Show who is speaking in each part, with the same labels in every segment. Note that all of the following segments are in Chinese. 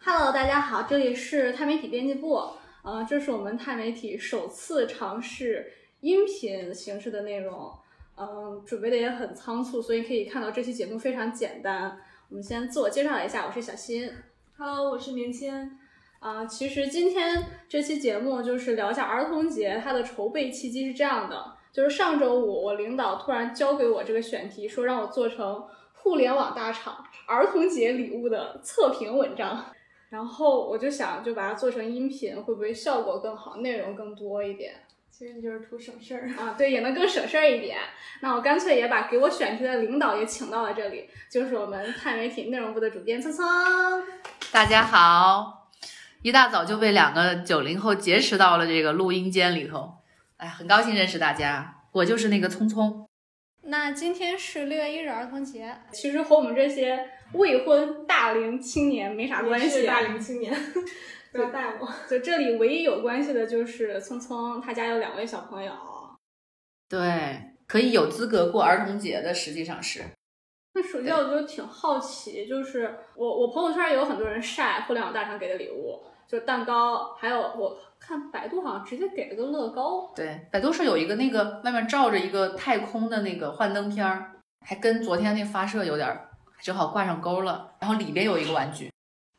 Speaker 1: Hello，大家好，这里是钛媒体编辑部，呃，这是我们钛媒体首次尝试音频形式的内容，嗯、准备的也很仓促，所以可以看到这期节目非常简单。我们先自我介绍一下，我是小新。
Speaker 2: Hello，我是明谦。
Speaker 1: 啊、其实今天这期节目就是聊一下儿童节，它的筹备契机是这样的，就是上周五我领导突然交给我这个选题，说让我做成互联网大厂儿童节礼物的测评文章，然后我就想就把它做成音频，会不会效果更好，内容更多一点？
Speaker 2: 其实你就是图省事儿。
Speaker 1: 啊，对，也能更省事儿一点。那我干脆也把给我选题的领导也请到了这里，就是我们探媒体内容部的主编苍苍。
Speaker 3: 大家好，一大早就被两个九零后劫持到了这个录音间里头，哎，很高兴认识大家，我就是那个聪聪。
Speaker 4: 那今天是六月一日儿童节，
Speaker 1: 其实和我们这些未婚大龄青年没啥关
Speaker 2: 我是
Speaker 1: 系，啊
Speaker 2: 大龄青年，不要带我。
Speaker 1: 就这里唯一有关系的就是聪聪，他家有两位小朋友。
Speaker 3: 对，可以有资格过儿童节的，实际上是
Speaker 1: 那暑假我就挺好奇，就是我我朋友圈也有很多人晒互联网大厂给的礼物，就蛋糕，还有我看百度好像直接给了个乐高，
Speaker 3: 对。百度上有一个那个外面罩着一个太空的那个幻灯片儿，还跟昨天那发射有点儿正好挂上钩了。然后里边有一个玩具，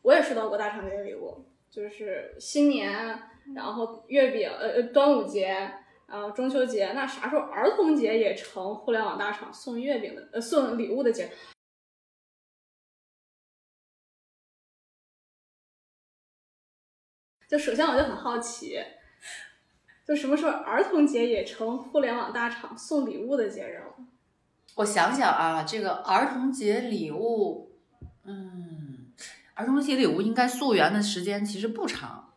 Speaker 1: 我也收到过大厂给的礼物，就是新年，然后月饼，呃呃，端午节。呃，中秋节那啥时候儿童节也成互联网大厂送月饼的呃送礼物的节就首先我就很好奇，就什么时候儿童节也成互联网大厂送礼物的节日了？
Speaker 3: 我想想啊，这个儿童节礼物，嗯，儿童节礼物应该溯源的时间其实不长，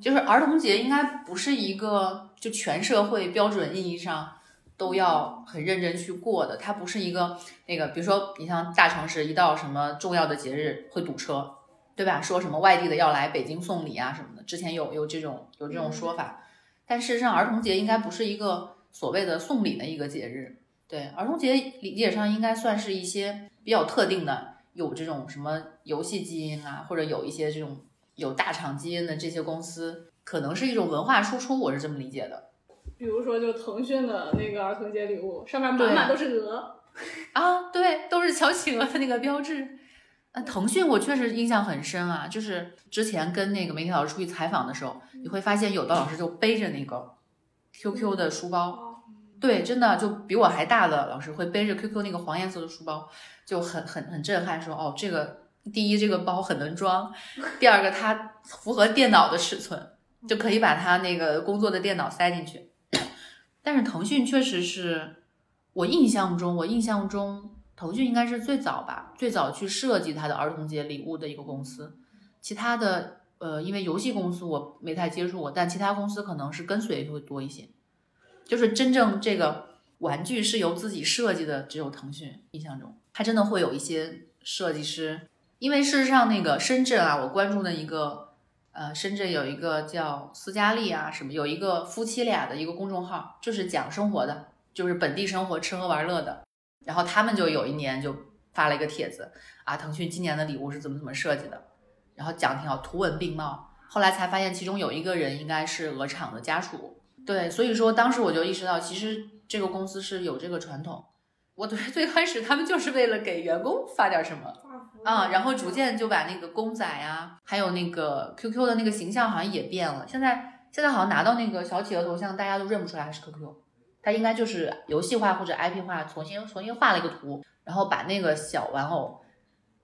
Speaker 3: 就是儿童节应该不是一个就全社会标准意义上都要很认真去过的，它不是一个那个，比如说你像大城市一到什么重要的节日会堵车，对吧？说什么外地的要来北京送礼啊什么的，之前有有这种有这种说法，但事实上儿童节应该不是一个所谓的送礼的一个节日。对，儿童节理解上应该算是一些比较特定的，有这种什么游戏基因啊，或者有一些这种有大厂基因的这些公司，可能是一种文化输出，我是这么理解的
Speaker 1: 比如说，就腾讯的那个儿童节礼物，上面满满都是鹅。
Speaker 3: 啊。对，都是小企鹅的那个标志。呃，腾讯我确实印象很深啊，就是之前跟那个媒体老师出去采访的时候，你会发现有的老师就背着那个 QQ 的书包，对，真的就比我还大的老师会背着 QQ 那个黄颜色的书包，就很很很震撼说，哦，这个第一这个包很能装，第二个它符合电脑的尺寸，就可以把它那个工作的电脑塞进去。但是腾讯确实是我印象中，我印象中腾讯应该是最早吧，最早去设计它的儿童节礼物的一个公司，其他的。呃，因为游戏公司我没太接触过，但其他公司可能是跟随会多一些。就是真正这个玩具是由自己设计的，只有腾讯。印象中，它真的会有一些设计师，因为事实上那个深圳啊，我关注的一个，呃，深圳有一个叫斯嘉丽啊什么，有一个夫妻俩的一个公众号，就是讲生活的，就是本地生活吃喝玩乐的。然后他们就有一年就发了一个帖子啊，腾讯今年的礼物是怎么怎么设计的，然后讲挺好，图文并茂。后来才发现其中有一个人应该是鹅厂的家属，对，所以说当时我就意识到，其实这个公司是有这个传统。我对 最开始他们就是为了给员工发点什么
Speaker 1: 哦
Speaker 3: 啊、然后逐渐就把那个公仔啊，还有那个 QQ 的那个形象好像也变了。现在现在好像拿到那个小企鹅头像，大家都认不出来是 QQ，它应该就是游戏化或者 IP 化，重新重新画了一个图，然后把那个小玩偶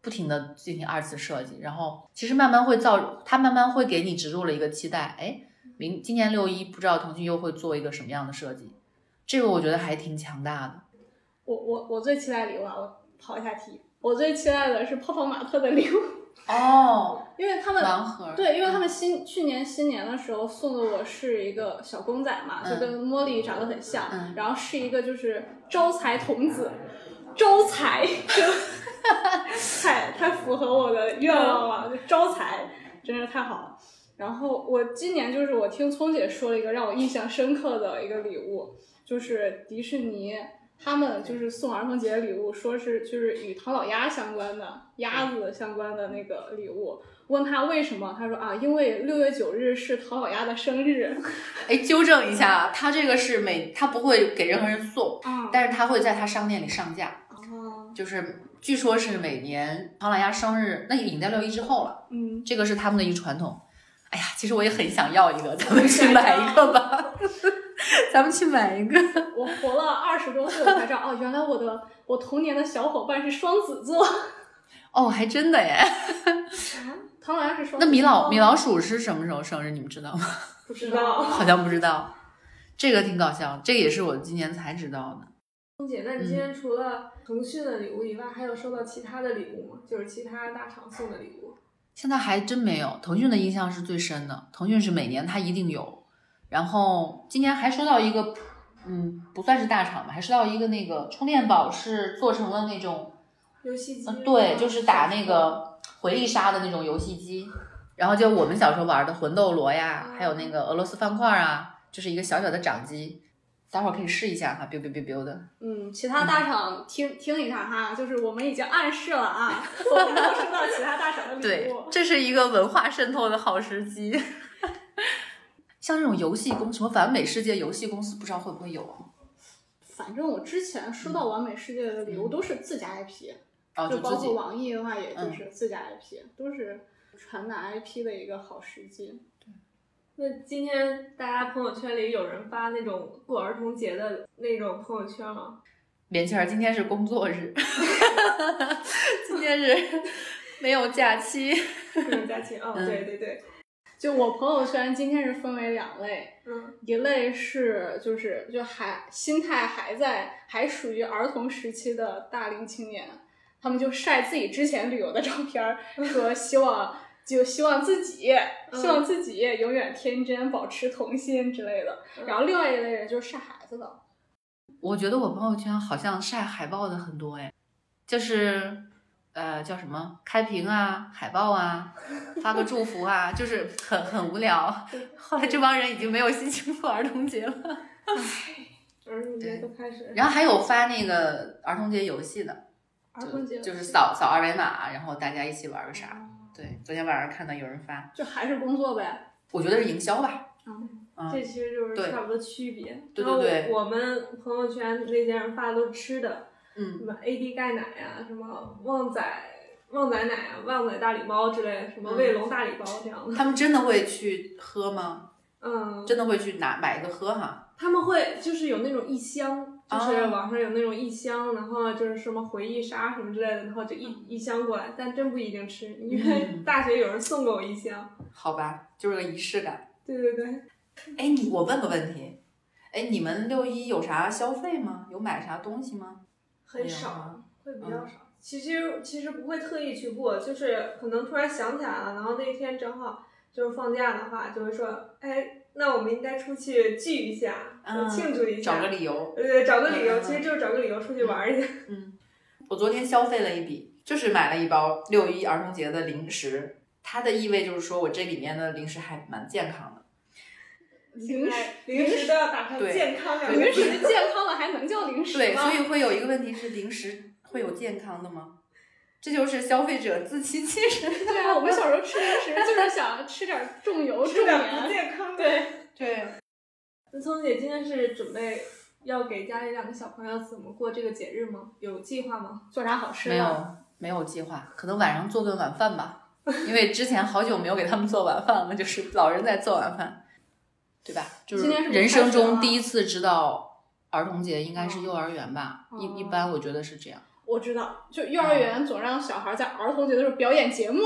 Speaker 3: 不停的进行二次设计，然后其实慢慢会造，它慢慢会给你植入了一个期待，哎，明今年六一不知道腾讯又会做一个什么样的设计，这个我觉得还挺强大的。
Speaker 1: 我我我最期待礼物啊，我跑一下题，我最期待的是泡泡玛特的礼物，
Speaker 3: 哦，
Speaker 1: 因为他们
Speaker 3: 盲盒嗯
Speaker 1: 对，因为他们新去年新年的时候送的我是一个小公仔嘛，就
Speaker 3: 嗯
Speaker 1: 跟茉莉长得很像，
Speaker 3: 嗯
Speaker 1: 然后是一个就是招财童子，招财， 就太太符合我的愿望
Speaker 3: 嗯
Speaker 1: 了，就招财真是太好了。然后我今年就是我听聪姐说了一个让我印象深刻的一个礼物，就是迪士尼他们就是送儿童节礼物，说是就是与唐老鸭相关的鸭子相关的那个礼物。问他为什么，他说啊，因为六月九日是唐老鸭的生日。
Speaker 3: 哎，纠正一下啊，他这个是每他不会给任何人送，
Speaker 1: 啊，
Speaker 3: 但是他会在他商店里上架，
Speaker 2: 哦，
Speaker 3: 就是据说是每年唐老鸭生日，那已经在六一之后了，
Speaker 1: 嗯，
Speaker 3: 这个是他们的一个传统。哎呀，其实我也很想要一个，咱们去买一个吧，咱们去买一个。
Speaker 1: 我活了二十多岁，我才知道哦，原来我的我童年的小伙伴是双子座。
Speaker 3: 哦，还真的耶。
Speaker 1: 唐老鸭是双子座。
Speaker 3: 那米老米老鼠是什么时候生日？你们知道吗？
Speaker 2: 不
Speaker 1: 知
Speaker 2: 知
Speaker 1: 道
Speaker 2: 道。
Speaker 3: 好像不知道，这个挺搞笑，这个也是我今年才知道的。
Speaker 2: 空姐，
Speaker 1: 嗯
Speaker 2: 那你今天除了腾讯的礼物以外，还有收到其他的礼物吗？就是其他大厂送的礼物。
Speaker 3: 现在还真没有，腾讯的印象是最深的。腾讯是每年它一定有，然后今年还收到一个，嗯，不算是大厂吧，还收到一个那个充电宝是做成了那种，
Speaker 2: 游戏机
Speaker 3: 嗯，对，就是打那个回力杀的那种游戏机，然后就我们小时候玩的魂斗罗呀，还有那个俄罗斯方块啊，就是一个小小的掌机，待会儿可以试一下哈，biu biu biu biu 的。
Speaker 1: 嗯，其他大厂听听一下哈，就是我们已经暗示了啊，我们没有收到其他大厂的礼
Speaker 3: 对
Speaker 1: 物，。
Speaker 3: 这是一个文化渗透的好时机。 像这种游戏公，什么完美世界游戏公司，不知道会不会有啊？
Speaker 1: 反正我之前收到完美世界的礼物都是自家 IP，、
Speaker 3: 嗯哦，
Speaker 1: 就
Speaker 3: 就
Speaker 1: 包括
Speaker 3: 自己嗯
Speaker 1: 网易的话，也就是自家 IP，、都是传达 IP 的一个好时机。
Speaker 2: 那今天大家朋友圈里有人发那种过儿童节的那种朋友圈 吗？
Speaker 3: 棉签儿。今天是工作日， 今天是没有假期。
Speaker 2: 各种家庭哦，
Speaker 3: 嗯
Speaker 2: 对对对，
Speaker 1: 就我朋友圈今天是分为两类，
Speaker 2: 嗯，
Speaker 1: 一类是就是就还心态还在还属于儿童时期的大龄青年，他们就晒自己之前旅游的照片儿，说希望就希望自己希
Speaker 2: 嗯
Speaker 1: 望自己永远天真，保持童心之类的。
Speaker 2: 嗯
Speaker 1: 然后另外一类人就是晒孩子的，
Speaker 3: 我觉得我朋友圈好像晒海报的很多哎，就是呃叫什么开屏啊、海报啊、 发个祝福啊，就是很很无聊。后来这帮人已经没有心情过儿童节了。
Speaker 2: 儿童节
Speaker 3: 对
Speaker 2: 都开始，
Speaker 3: 然后还有发那个儿童节游戏的，
Speaker 1: 儿童节
Speaker 3: 就是扫扫二维码，然后大家一起玩个啥。
Speaker 2: 哦
Speaker 3: 对，昨天晚上看到有人发，
Speaker 1: 就还是工作呗。
Speaker 3: 我觉得是营销吧。嗯
Speaker 2: 这其实就是
Speaker 3: 对
Speaker 2: 差不多区别。
Speaker 3: 对对
Speaker 2: 然后
Speaker 3: 对
Speaker 2: 我我们朋友圈那些人发的都是吃的，
Speaker 3: 嗯
Speaker 2: 什么 AD 钙奶呀、什么旺仔旺仔奶啊、旺仔大礼包之类，什么
Speaker 3: 嗯
Speaker 2: 卫龙大礼包这样的。
Speaker 3: 他们真的会去喝吗？
Speaker 2: 嗯，
Speaker 3: 真的会去拿买一个喝哈？
Speaker 2: 他们会就是有那种一箱，就是
Speaker 3: 哦
Speaker 2: 网上有那种一箱，然后就是什么回忆杀什么之类的，然后就一一箱过来，但真不一定吃，因为
Speaker 3: 嗯
Speaker 2: 大学有人送过我一箱。
Speaker 3: 好吧，就是个仪式感。
Speaker 2: 对对对，
Speaker 3: 哎，你我问个问题，哎，你们六一有啥消费吗？有买啥东西吗？
Speaker 2: 很
Speaker 3: 没有
Speaker 2: 少
Speaker 3: 吗，
Speaker 2: 会比较少。其实其实不会特意去过，就是可能突然想起来了，然后那天正好就是放假的话，就会说，哎，那我们应该出去聚一下，
Speaker 3: 嗯
Speaker 2: 庆祝一下，
Speaker 3: 找个理由。
Speaker 2: 呃，找个理由，
Speaker 3: 嗯嗯
Speaker 2: 其实就是找个理由出去玩一下。
Speaker 3: 嗯，我昨天消费了一笔，就是买了一包六一儿童节的零食。它的意味就是说我这里面的零食还蛮健康的。
Speaker 1: 零食
Speaker 2: 零食都要打上
Speaker 3: 嗯对
Speaker 2: 健康两个
Speaker 1: 零
Speaker 2: 字。
Speaker 1: 食健康了还能叫零食
Speaker 3: 对，
Speaker 1: 吗
Speaker 3: 所？以会有一个问题是零食会有健康的吗？这就是消费者自欺欺人。
Speaker 1: 对啊，我们小时候吃零食就是想吃点重油重
Speaker 2: 吃点不
Speaker 1: 盐。
Speaker 2: 健康的。
Speaker 1: 对，
Speaker 3: 对，
Speaker 2: 那聪姐今天是准备要给家里两个小朋友怎么过这个节日吗？有计划吗？
Speaker 1: 做啥好吃啊的？
Speaker 3: 没有没有计划，可能晚上做顿晚饭吧，因为之前好久没有给他们做晚饭了，就是老人在做晚饭，对吧？就是
Speaker 1: 今天是不是
Speaker 3: 人生
Speaker 1: 开学
Speaker 3: 中
Speaker 1: 了
Speaker 3: 第一次知道儿童节应该是幼儿园吧，
Speaker 1: 哦
Speaker 3: 一一般我觉得是这样。
Speaker 1: 我知道，就幼儿园总让小孩在儿童节的时候表演节目，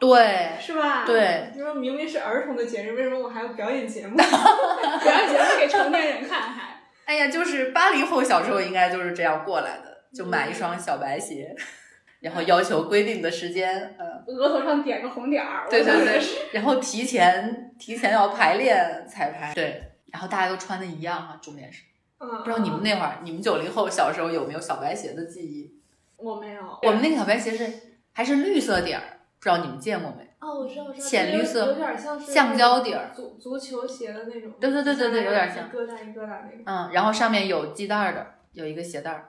Speaker 3: 对
Speaker 1: 是吧？，
Speaker 3: 对，
Speaker 2: 你说明明是儿童的节日，为什么我还要表演节 目？
Speaker 1: 表演节目给成年人看还。
Speaker 3: 哎呀，就是八零后小时候应该就是这样过来的，就买一双小白鞋， 然后要求规定的时间，嗯。
Speaker 1: 额头上点个红点儿，
Speaker 3: 对对
Speaker 1: 我
Speaker 3: 对
Speaker 1: 就是，
Speaker 3: 然后提前提前要排练彩排，对，然后大家都穿的一样啊，重点是
Speaker 2: 嗯，
Speaker 3: 不知道你们那会儿，你们九零后小时候有没有小白鞋的记忆？
Speaker 1: 我没有，
Speaker 3: 我们那个小白鞋是还是绿色底儿，不知道你们见过没？
Speaker 2: 哦，我知道，我知道，
Speaker 3: 浅绿色
Speaker 2: 有点像是
Speaker 3: 橡胶底儿
Speaker 2: 足足球鞋的那种。
Speaker 3: 对对对对对有点像
Speaker 2: 疙瘩一疙瘩那个。
Speaker 3: 嗯，然后上面有系带儿的，有一个鞋带儿。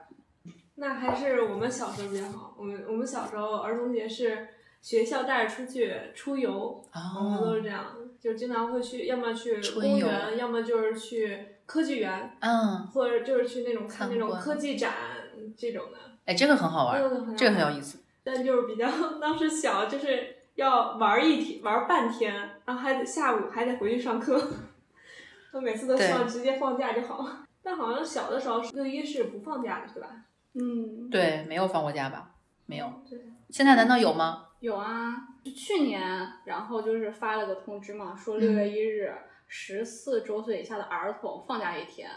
Speaker 2: 那还是我们小时候比较好。我们我们小时候儿童节是学校带着出去出游，我们都
Speaker 3: 哦，
Speaker 2: 是这样，就经常会去，要么去
Speaker 3: 春
Speaker 2: 公
Speaker 3: 游
Speaker 2: 园，要么就是去科技园，
Speaker 3: 嗯，
Speaker 2: 或者就是去那种看那种
Speaker 3: 参观
Speaker 2: 科技展这种的，
Speaker 3: 哎，这个很好玩
Speaker 2: 那
Speaker 3: 儿，
Speaker 2: 个很好
Speaker 3: 这个很有意思。
Speaker 2: 但就是比较当时小，就是要玩一天，玩半天，然后还得下午还得回去上课。 我每次都希望直接放假就好，但好像小的时候六一是不放假的，对吧？
Speaker 1: 嗯，
Speaker 3: 对，没有放过假吧？没有。
Speaker 2: 对。
Speaker 3: 现在难道有吗？
Speaker 1: 有啊，就去年，然后就是发了个通知嘛，说六月
Speaker 3: 嗯
Speaker 1: 一日，十四周岁以下的儿童放假一天。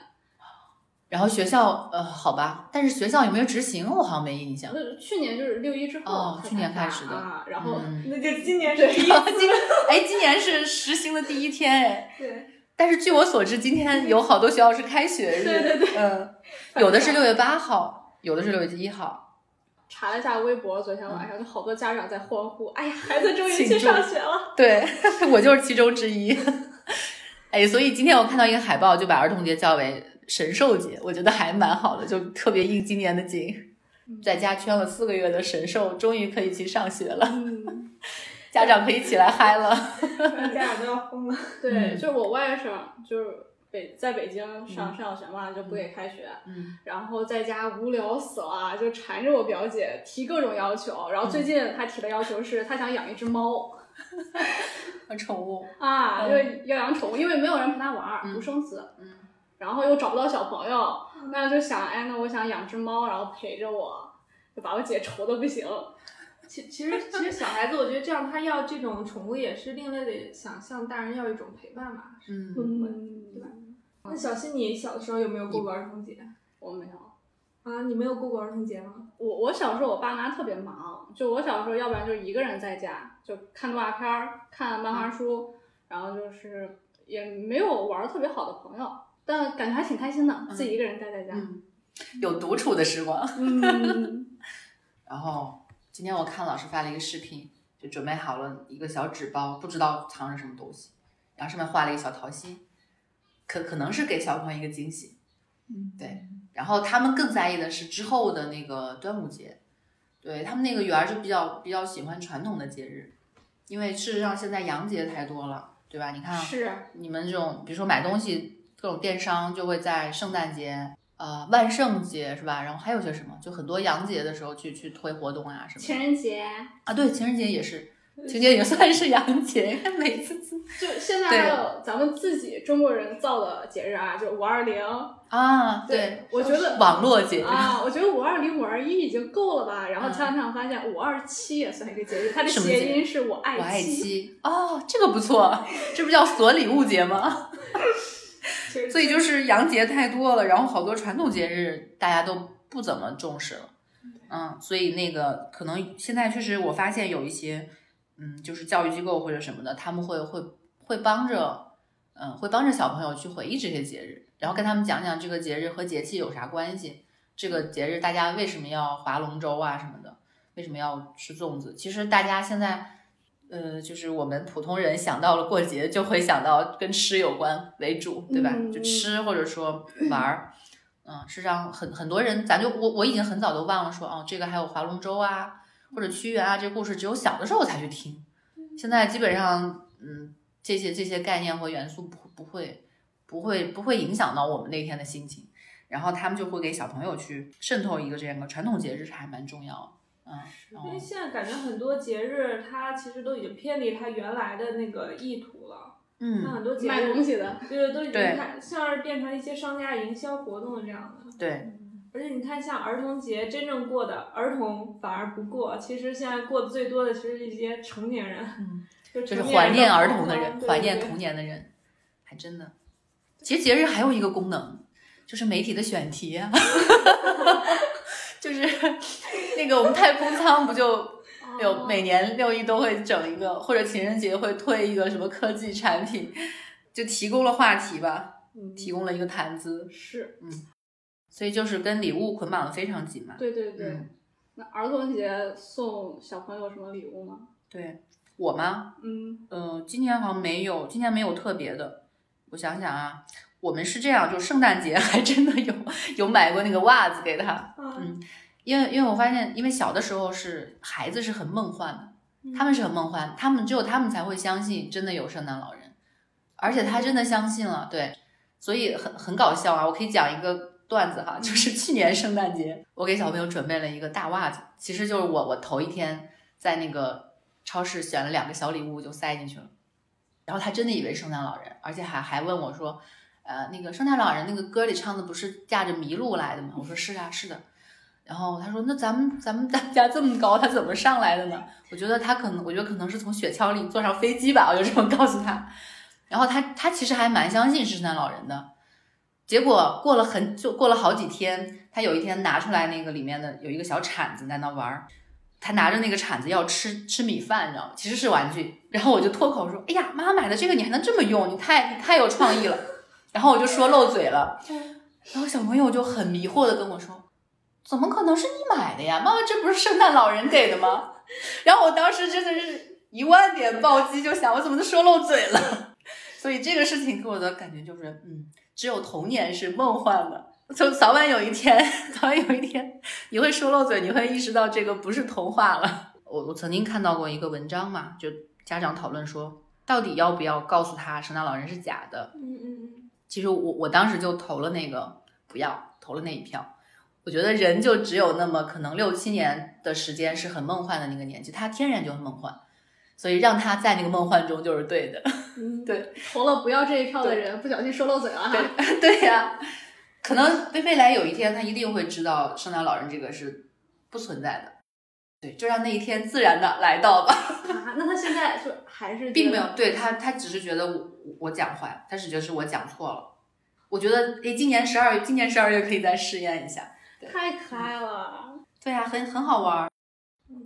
Speaker 3: 然后学校，呃，好吧，但是学校有没有执行？我好像没印象。
Speaker 1: 那去年就是六一之后、
Speaker 3: 哦去年开始的
Speaker 1: 啊，然后、
Speaker 3: 嗯
Speaker 2: 哦那就今年是第一次。
Speaker 3: 哎， 今年是实行的第一天，哎，
Speaker 2: 对，
Speaker 3: 但是据我所知，今天有好多学校是开学日，
Speaker 1: 对对
Speaker 3: 对，嗯，有的是六月八号，有的是六月一号，
Speaker 1: 查了一下微博，昨天
Speaker 3: 嗯
Speaker 1: 晚上就好多家长在欢呼，哎 呀，
Speaker 2: 孩子终于去上学了。
Speaker 3: 对我就是其中之一。 哎，所以今天我看到一个海报，就把儿童节叫为神兽节，我觉得还蛮好的，就特别应今年的景。
Speaker 1: 嗯
Speaker 3: 在家圈了四个月的神兽，终于可以去上学了，
Speaker 1: 嗯，
Speaker 3: 家长可以起来嗨了。
Speaker 2: 家长都要疯了。
Speaker 1: 对，
Speaker 3: 嗯
Speaker 1: 就是我外甥，就是北在北京上上小学嘛，就不给开学，
Speaker 3: 嗯，
Speaker 1: 然后在家无聊死了，就缠着我表姐提各种要求，然后
Speaker 3: 嗯
Speaker 1: 最近他提的要求是，他想养一只猫
Speaker 3: 宠物，
Speaker 1: 啊，
Speaker 3: 嗯
Speaker 1: 就是要养宠物，因为没有人陪他玩儿，
Speaker 3: 嗯
Speaker 1: 独生子，
Speaker 3: 嗯，
Speaker 1: 然后又找不到小朋友，那就想，哎，那我想养只猫，然后陪着我，就把我姐愁的不行。
Speaker 2: 其其实其实小孩子，我觉得这样他要这种宠物也是另类的，想向大人要一种陪伴吧。
Speaker 3: 嗯，
Speaker 1: 嗯，
Speaker 2: 那小新，你小的时候有没有过过儿童节
Speaker 1: 我没有。
Speaker 2: 啊？你没有过过儿童节吗？
Speaker 1: 我我小时候我爸妈特别忙，就我小时候要不然就一个人在家，就看动画片儿、看漫画书，然后就是也没有玩儿特别好的朋友，但感觉还挺开心的，自己一个人待在家。
Speaker 3: 嗯有独处的时光。
Speaker 1: 嗯，
Speaker 3: 然后今天我看老师发了一个视频，就准备好了一个小纸包，不知道藏着什么东西，然后上面画了一个小桃心，可可能是给小朋友一个惊喜。
Speaker 4: 嗯，
Speaker 3: 对。然后他们更在意的是之后的那个端午节，对他们那个园儿就比较比较喜欢传统的节日，因为事实上现在洋节太多了，对吧？你看啊
Speaker 1: 是，
Speaker 3: 你们这种，比如说买东西，各种电商就会在圣诞节、呃万圣节是吧？然后还有些什么，就很多洋节的时候去去推活动啊什么
Speaker 1: 情
Speaker 3: 的
Speaker 1: 人节，
Speaker 3: 啊，对，情人节也是，情人节也算是洋节，每次
Speaker 1: 就现在
Speaker 3: 对
Speaker 1: 还有咱们自己中国人造的节日啊，就五二零。
Speaker 3: 啊，
Speaker 1: 对，，我觉得
Speaker 3: 网络节
Speaker 1: 啊，我觉得五二零、五二一已经够了吧。然后前两天我发现五二七也算一个节日，它的
Speaker 3: 嗯什么
Speaker 1: 谐
Speaker 3: 节
Speaker 1: 音是我
Speaker 3: 我爱
Speaker 1: 爱妻。
Speaker 3: 妻哦，这个不错，这不叫锁礼物节吗？
Speaker 2: 其实
Speaker 3: 所以就是洋节太多了，然后好多传统节日大家都不怎么重视了，嗯，所以那个可能现在确实我发现有一些，嗯，就是教育机构或者什么的，他们会会会帮着，嗯，会帮着小朋友去回忆这些节日，然后跟他们讲讲这个节日和节气有啥关系，这个节日大家为什么要划龙舟啊什么的，为什么要吃粽子？其实大家现在。呃，就是我们普通人想到了过节，就会想到跟吃有关为主，对吧？
Speaker 1: 嗯
Speaker 3: 就吃或者说玩儿，嗯，事实上很很多人，咱就我我已经很早都忘了说，哦，这个还有划龙舟啊，或者屈原啊，这故事只有小的时候我才去听，现在基本上，嗯，这些这些概念和元素不不会不会不会影响到我们那天的心情，然后他们就会给小朋友去渗透一个这样的传统节日，还蛮重要的，嗯，然后
Speaker 2: 因为现在感觉很多节日，它其实都已经偏离它原来的那个意图了。那
Speaker 3: 嗯，
Speaker 2: 很多节
Speaker 1: 买东
Speaker 2: 日，
Speaker 1: 西的，
Speaker 2: 对对，都已经
Speaker 3: 对
Speaker 2: 开，像是变成一些商家营销活动这样的。
Speaker 3: 对，
Speaker 2: 而且你看，像儿童节真正过的儿童反而不过，其实现在过的最多的其实是一些成年人，
Speaker 3: 嗯
Speaker 2: 就就
Speaker 3: 就
Speaker 2: 是
Speaker 3: 怀念儿童的
Speaker 2: 对
Speaker 3: 人，
Speaker 2: 对
Speaker 3: 怀念
Speaker 2: 对
Speaker 3: 童年的人，还真的。其实节日还有一个功能，就是媒体的选题啊， 就是 那个我们太空舱不就有每年六一都会整一个，或者情人节会推一个什么科技产品，就提供了话题吧，
Speaker 1: 嗯
Speaker 3: 提供了一个谈资，
Speaker 1: 是，
Speaker 3: 所以就是跟礼物捆绑的非常紧嘛。
Speaker 1: 对对对。
Speaker 3: 嗯
Speaker 1: 那儿童节送小朋友什么礼物吗？
Speaker 3: 对我吗？
Speaker 1: 嗯，
Speaker 3: 呃，今年好像没有，今年没有特别的。我想想啊，我们是这样，就圣诞节 还真的有有买过那个袜子给他，
Speaker 2: 啊，
Speaker 3: 因为因为我发现，因为小的时候是孩子是很梦幻的，
Speaker 2: 嗯
Speaker 3: 他们是很梦幻，他们只有他们才会相信真的有圣诞老人，而且他真的相信了，对，所以很很搞笑啊！我可以讲一个段子哈，就是去年圣诞节，我给小朋友准备了一个大袜子，其实就是我我头一天在那个超市选了两个小礼物就塞进去了，然后他真的以为圣诞老人，而且还还问我说，呃，那个圣诞老人那个歌里唱的不是驾着麋鹿来的吗？我说是啊，是的。然后他说：“那咱们咱们大家这么高，他怎么上来的呢？”我觉得他可能，我觉得可能是从雪橇里坐上飞机吧，我就这么告诉他。然后他他其实还蛮相信是圣诞老人的。结果过了很就过了好几天，他有一天拿出来那个里面的有一个小铲子在那玩儿，他拿着那个铲子要吃吃米饭，你知道吗？其实是玩具。然后我就脱口说：“哎呀，妈买的这个你还能这么用，你太你太有创意了。”然后我就说漏嘴了，然后小朋友就很迷惑的跟我说。怎么可能是你买的呀？妈妈，这不是圣诞老人给的吗？然后我当时真的是一万点暴击，就想我怎么都说漏嘴了。所以这个事情给我的感觉就是，嗯，只有童年是梦幻的。就早晚有一天， 早晚有一天，你会说漏嘴，你会意识到这个不是童话了。 我我曾经看到过一个文章嘛，就家长讨论说，到底要不要告诉他圣诞老人是假的？
Speaker 2: 嗯嗯
Speaker 3: 其实我我当时就投了那个不要，投了那一票。我觉得人就只有那么可能六七年的时间是很梦幻的那个年纪，他天然就很梦幻，所以让他在那个梦幻中就是对的。
Speaker 2: 嗯，
Speaker 3: 对
Speaker 1: 投了不要这一票的人，不小心说漏嘴了哈。
Speaker 3: 对呀、可能未未来有一天他一定会知道圣诞老人这个是不存在的，对，就让那一天自然的来到吧，
Speaker 1: 啊 那他现在就还是觉得
Speaker 3: 并没有对他，他只是觉得我我讲坏了，他只觉得是我讲错了。我觉得诶，今年十二月，今年十二月可以再试验一下。
Speaker 1: 太可爱
Speaker 2: 爱了。
Speaker 3: 对呀、很很好玩儿。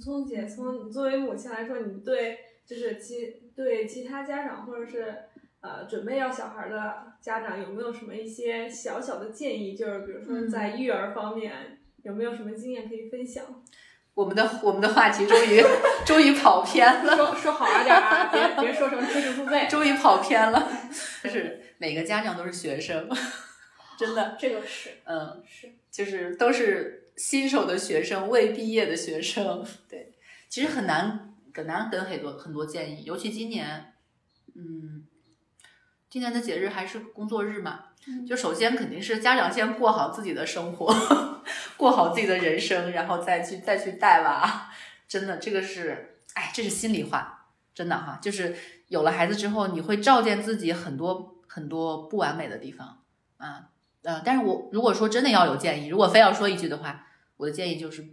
Speaker 2: 聪姐，从你作为母亲来说，你对就是其对其他家长或者是呃准备要小孩的家长有没有什么一些小小的建议？就是比如说
Speaker 3: 嗯
Speaker 2: 在育儿方面、有没有什么经验可以分享？
Speaker 3: 我们的我们的话题终于 终于跑偏 了，
Speaker 1: 说说好玩点儿啊，别 别说成知识付费。
Speaker 3: 终于跑偏了。 就是每个家长都是学生， 真的，
Speaker 1: 这个是
Speaker 3: 嗯，
Speaker 1: 是
Speaker 3: 就是都是新手的学生，未毕业的学生。对，其实很难很难给很多很多建议，尤其今年，嗯，今年的节日还是工作日嘛，就首先肯定是家长先过好自己的生活， 过好自己的人生，然后再去再去带娃。真的，这个是，哎，这是心里话，真的哈，就是有了孩子之后，你会照见自己很多很多不完美的地方啊，呃，但是我如果说真的要有建议，如果非要说一句的话，我的建议就是，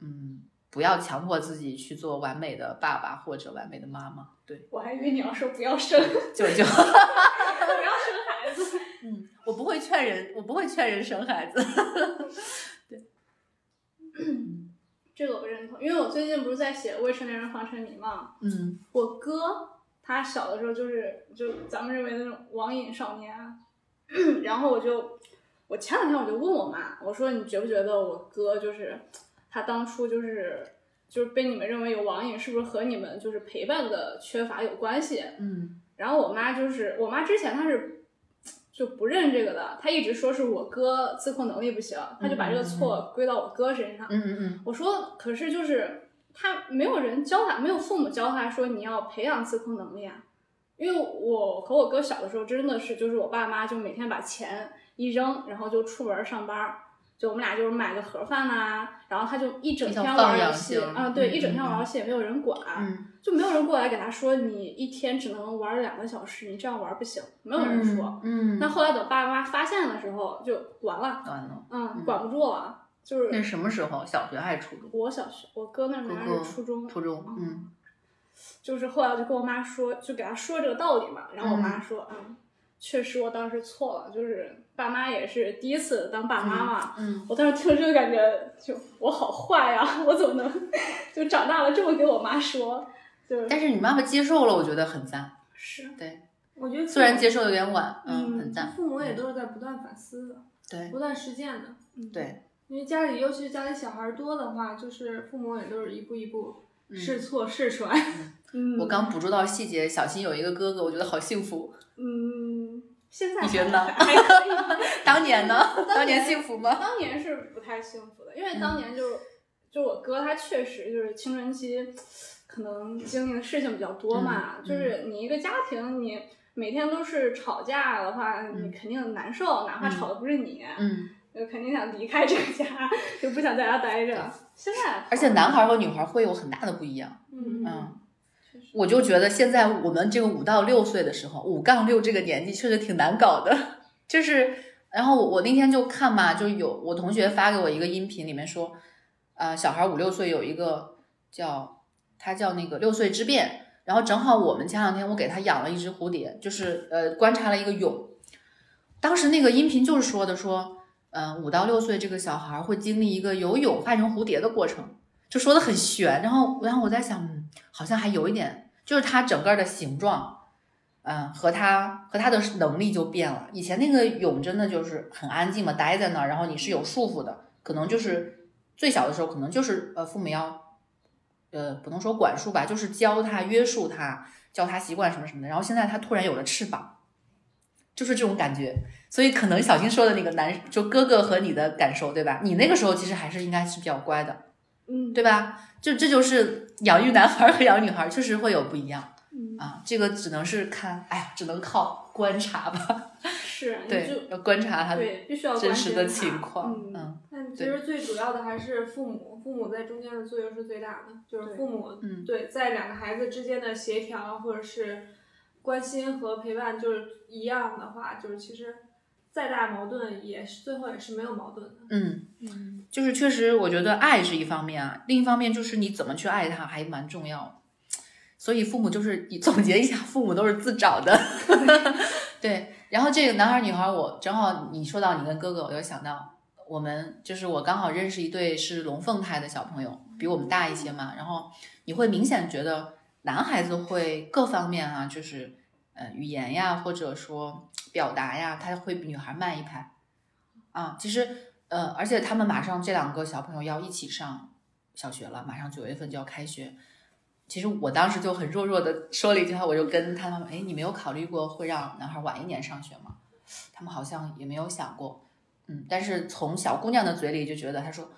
Speaker 3: 嗯，不要强迫自己去做完美的爸爸或者完美的妈妈，对，
Speaker 1: 我还以为你要说不要生，
Speaker 3: 就就。
Speaker 2: 不要生孩子，
Speaker 3: 嗯，我不会劝人，我不会劝人生孩子。
Speaker 1: 这个我认同，因为我最近不是在写《未成年人防沉迷》嘛，
Speaker 3: 嗯
Speaker 1: 我哥他小的时候就是就咱们认为的那种网瘾少年啊， 然后我就我前两天我就问我妈，我说你觉不觉得我哥就是他当初就是就是被你们认为有网瘾，是不是和你们就是陪伴的缺乏有关系？
Speaker 3: 嗯
Speaker 1: 然后我妈就是我妈之前她是就不认这个的，她一直说是我哥自控能力不行，她就把这个错归到我哥身上。
Speaker 3: 嗯嗯
Speaker 1: 我说，可是就是他没有人教他，没有父母教他说你要培养自控能力啊。因为我和我哥小的时候真的是，就是我爸妈就每天把钱一扔，然后就出门上班儿，就我们俩就是买个盒饭呐、然后他就一整
Speaker 3: 比较
Speaker 1: 天
Speaker 3: 放
Speaker 1: 玩儿游
Speaker 3: 养
Speaker 1: 戏
Speaker 3: 型
Speaker 1: 啊，对，
Speaker 3: 嗯
Speaker 1: 一整天
Speaker 3: 嗯
Speaker 1: 玩儿游戏也没有人管，啊
Speaker 3: 嗯
Speaker 1: 就没有人过来给他说你一天只能玩两个小时，你这样玩不行，没有
Speaker 3: 嗯，
Speaker 1: 人说。
Speaker 3: 嗯，
Speaker 1: 那后来等爸妈发现的时候就完了，
Speaker 3: 完了，
Speaker 1: 嗯，
Speaker 3: 嗯
Speaker 1: 管不住了，就
Speaker 3: 那是
Speaker 1: 是
Speaker 3: 什么时候？小学还是初中？
Speaker 1: 我小学我哥那儿拿
Speaker 3: 哥
Speaker 1: 的
Speaker 3: 哥
Speaker 1: 是初中，
Speaker 3: 初中，嗯，
Speaker 1: 就是后来我就跟我妈说，就给她说这个道理嘛，然后我妈说，嗯，确实我当时错了，就是爸妈也是第一次当爸妈嘛，
Speaker 3: 嗯
Speaker 1: 我当时听了这个感觉就我好坏呀、我怎么能就长大了这么给我妈说，就是
Speaker 3: 但是你妈妈接受了，我觉得很赞。
Speaker 1: 是
Speaker 2: 我觉得
Speaker 3: 虽然接受有点晚，
Speaker 1: 嗯
Speaker 3: 很赞。
Speaker 2: 父母也都是在不断反思的，
Speaker 3: 对
Speaker 2: 不断实践的。
Speaker 1: 嗯
Speaker 3: 对，
Speaker 2: 因为家里，尤其是家里小孩多的话，就是父母也都是一步一步
Speaker 3: 嗯
Speaker 2: 试错试出来。
Speaker 1: 嗯，
Speaker 3: 我刚捕捉到细节，小新有一个哥哥，我觉得好幸福。
Speaker 1: 嗯，
Speaker 2: 现在
Speaker 3: 你觉得呢
Speaker 2: 还可以，
Speaker 3: 当年呢？当
Speaker 1: 当
Speaker 3: 年
Speaker 1: 年
Speaker 3: 幸福吗？
Speaker 1: 当年是不太幸福的，因为
Speaker 3: 嗯
Speaker 1: 当年就、就我哥他确实就是青春期，可能经历的事情比较多嘛，
Speaker 3: 嗯
Speaker 1: 就是你一个家庭你。每天都是吵架的话，
Speaker 3: 嗯
Speaker 1: 你肯定难受，哪怕
Speaker 3: 嗯
Speaker 1: 吵的不是你，
Speaker 3: 嗯，
Speaker 1: 就肯定想离开这个家，就不想在家待着。现在，
Speaker 3: 而且男孩和女孩会有很大的不一样。
Speaker 2: 嗯
Speaker 1: 嗯
Speaker 3: 嗯，我就觉得现在我们这个五到六岁的时候，五杠六这个年纪确实挺难搞的。就是，然后我我那天就看嘛，就有我同学发给我一个音频，里面说，呃，小孩五六岁有一个叫他叫那个六岁之变，然后正好我们前两天我给他养了一只蝴蝶，就是呃观察了一个蛹，当时那个音频就是说的说，嗯、呃，五到六岁这个小孩会经历一个由蛹化成蝴蝶的过程，就说的很玄。然后然后我在想，嗯，好像还有一点，就是它整个的形状，嗯、和它和它的能力就变了。以前那个蛹真的就是很安静嘛，待在那儿，然后你是有束缚的，可能就是最小的时候可能就是呃父母要。呃，不能说管束吧，就是教它、约束它，教它习惯什么什么的。然后现在它突然有了翅膀，就是这种感觉。所以可能小新说的那个男，就哥哥和你的感受，对吧？你那个时候其实还是应该是比较乖的，
Speaker 1: 嗯，
Speaker 3: 对吧？就这就是养育男孩儿和养育女孩儿确实会有不一样
Speaker 1: 嗯，
Speaker 3: 啊，这个只能是看，哎呀，只能靠观察吧，
Speaker 1: 是，你就
Speaker 3: 对，要观察他
Speaker 1: 对，必须要
Speaker 3: 真
Speaker 1: 关
Speaker 3: 实
Speaker 1: 心
Speaker 3: 的
Speaker 1: 他
Speaker 3: 情况，
Speaker 1: 嗯
Speaker 3: 嗯
Speaker 2: 但其实最主要的还是父母，父母在中间的作用是最大的，就是
Speaker 1: 对
Speaker 2: 父母
Speaker 3: 嗯
Speaker 2: 对在两个孩子之间的协调或者是关心和陪伴就是一样的话，就是其实再大矛盾也是最后也是没有矛盾的。
Speaker 3: 嗯，
Speaker 1: 嗯
Speaker 3: 就是确实我觉得爱是一方面啊，另一方面就是你怎么去爱他还蛮重要的。所以 父母就是总结一下，父母都是自找的。对，然后这个男孩儿女孩儿，我正好你说到你跟哥哥，我就想到我们就是我刚好认识一对是龙凤胎的小朋友，比我们大一些嘛。然后你会明显觉得男孩子会各方面啊，就是呃语言呀，或者说表达呀，他会比女孩慢一拍啊。其实呃，而且他们马上这两个小朋友要一起上小学了，马上九月份就要开学，其实我当时就很弱弱的说了一句话，我就跟他们，哎，你没有考虑过会让男孩晚一年上学吗？他们好像也没有想过，嗯，但是从小姑娘的嘴里就觉得，她说，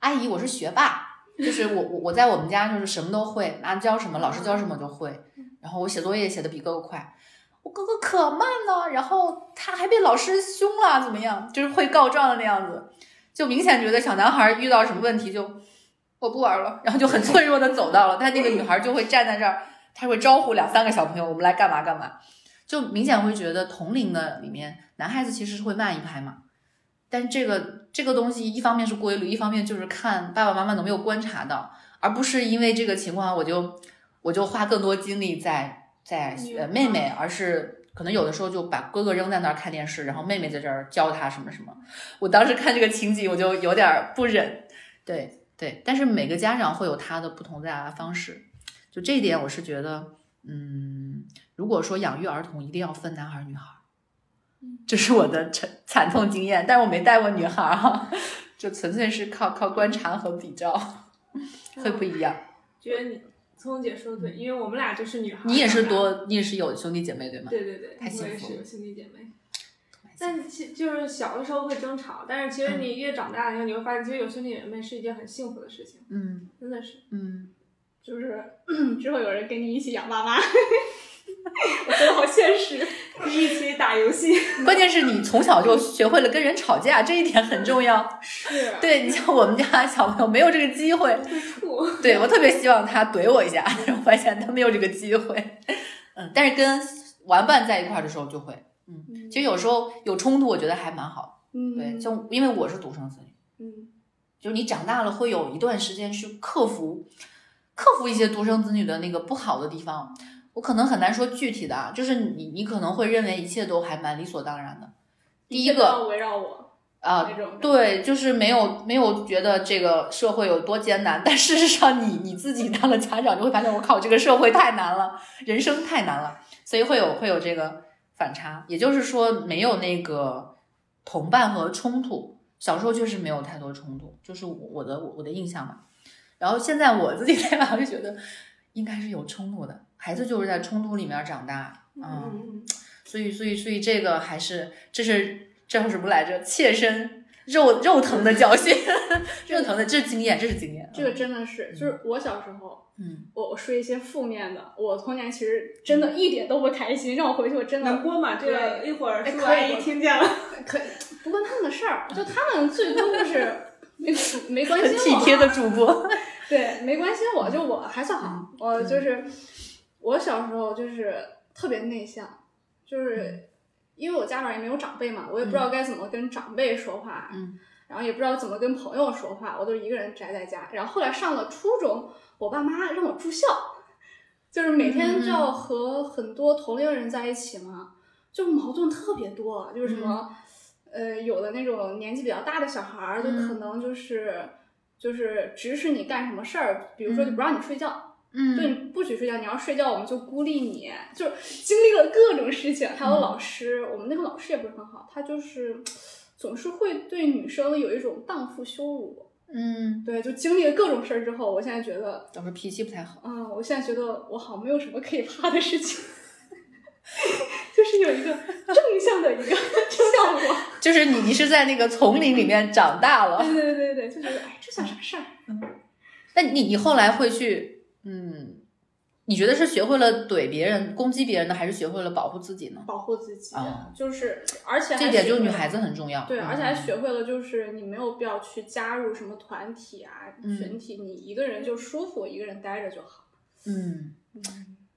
Speaker 3: 阿姨，我是学霸，就是我我我在我们家就是什么都会，妈教什么老师教什么我就会，然后我写作业写的比哥哥快，我哥哥可慢了，然后他还被老师凶了，怎么样？就是会告状的那样子，就明显觉得小男孩遇到什么问题就我不玩了，然后就很脆弱的走到了，但那个女孩就会站在这儿，她会招呼两三个小朋友，我们来干嘛干嘛，就明显会觉得同龄的里面男孩子其实是会慢一拍嘛，但这个这个东西一方面是规律，一方面就是看爸爸妈妈有没有观察到，而不是因为这个情况我就我就花更多精力在在呃妹妹，而是可能有的时候就把哥哥扔在那儿看电视，然后妹妹在这儿教他什么什么。我当时看这个情景，我就有点儿不忍。对对，但是每个家长会有他的不同的方式，就这一点我是觉得，嗯，如果说养育儿童一定要分男孩儿女孩儿， 这是我的惨惨痛经验，但是我没带过女孩儿哈， 就纯粹是靠靠观察和比较，会不一样。
Speaker 2: 觉得你聪姐说的对，因为我们俩就是女孩，
Speaker 3: 嗯你也是，多，你也是有兄弟姐妹对吗？
Speaker 2: 对对对，
Speaker 3: 太幸
Speaker 2: 我也
Speaker 3: 福
Speaker 2: 是
Speaker 3: 了
Speaker 2: 有兄弟姐妹。但其就是小的时候会争吵，但是其实
Speaker 3: 嗯
Speaker 2: 你越长大以后，你会发现，其实有兄弟姐妹是一件很幸福的事情，
Speaker 3: 嗯
Speaker 2: 真的是。
Speaker 3: 嗯，
Speaker 1: 就是 之后有人跟你一起养爸妈， 我觉得好现 实。
Speaker 2: 一起打游戏，
Speaker 3: 关键是你从小就学会了跟人吵架，这一点很重要。
Speaker 1: 是，
Speaker 3: 对你像我们家小朋友没有这个机会，
Speaker 2: 吐。
Speaker 3: 对我特别希望他怼我一下， 但是我发现他没有这个机会。嗯，但是跟玩伴在一块儿的时候就会，嗯，其实有时候有冲突，我觉得还蛮好的。
Speaker 1: 嗯，
Speaker 3: 对，就因为我是独生子女，
Speaker 1: 嗯，
Speaker 3: 就是你长大了会有一段时间去克服，克服一些独生子女的那个不好的地方。我可能很难说具体的啊，就是你你可能会认为一切都还蛮理所当然的。第一
Speaker 1: 切都要
Speaker 3: 个
Speaker 1: 围绕我
Speaker 3: 啊、
Speaker 1: 那种，，
Speaker 3: 对，就是没有没有觉得这个社会有多艰难，但事实上你你自己当了家长，就会发现我靠，这个社会太难了，人生太难了，所以会有会有这个反差，也就是说没有那个同伴和冲突。小时候确实没有太多冲突，就是我我的我的印象吧。然后现在我自己 在吧，就觉得应该是有冲突的，孩子就是在冲突里面长大，嗯
Speaker 2: 嗯，
Speaker 3: 所以所以所以这个还是这是这叫什么来着？切身肉肉疼的教训， 肉疼的这是经验，这是经验。啊
Speaker 1: 这个真的是，就是我小时候，
Speaker 3: 嗯，
Speaker 1: 我我说一些负面的，我童年其实真的一点都不开心，让我回去我真的
Speaker 2: 能播吗？这个一会儿
Speaker 1: 哎
Speaker 2: 叔叔
Speaker 1: 可以
Speaker 2: 阿姨听 见了，
Speaker 1: 可以不关他们的事儿，就他们最多就是没没关
Speaker 3: 很
Speaker 1: 心
Speaker 3: 体
Speaker 1: 我，啊
Speaker 3: 贴的 主播，
Speaker 1: 对，没关心我，就我还算好，我就是我小时候就是特别内向，就是因为我家里面也没有长辈嘛，我也不知道该怎么跟长辈说话，
Speaker 3: 嗯，
Speaker 1: 然后也不知道怎么跟朋友说话，我都一个人宅在家。然后后来上了初中，我爸妈让我住校，就是每天就要和很多同龄人在一起嘛，就矛盾特别多，就是什么，呃，有的那种年纪比较大的小孩儿，就可能就是。就是指使你干什么事儿，比如说就不让你睡觉，就
Speaker 3: 嗯，
Speaker 1: 你不许睡觉，你要睡觉我们就孤立你，就是经历了各种事情。还有老师，我们那个老师也不是很好，他就是总是会对女生有一种荡妇羞辱。
Speaker 3: 嗯，
Speaker 1: 对，就经历了各种事儿之后，我现在觉得，
Speaker 3: 总是脾气不太好。
Speaker 1: 嗯，我现在觉得我好像没有什么可以怕的事情， 就是有一个正向 的一个效果。
Speaker 3: 就是你，你是在那个丛林里面长大 了，
Speaker 1: 对对对对，就觉得哎，这算啥事儿？
Speaker 3: 那你你后来会去，嗯，你觉得是学会了怼别人、攻击别人呢，还是学会了保护自己呢？
Speaker 1: 保护自己，
Speaker 3: 啊
Speaker 1: 就是而且还
Speaker 3: 这点就是女
Speaker 1: 学会
Speaker 3: 孩子很重要。
Speaker 1: 对，
Speaker 3: 嗯
Speaker 1: 而且还学会了，就是你没有必要去加入什么团体啊、
Speaker 3: 嗯
Speaker 1: 群体，你一个人就舒服，一个人待着就好。
Speaker 3: 嗯，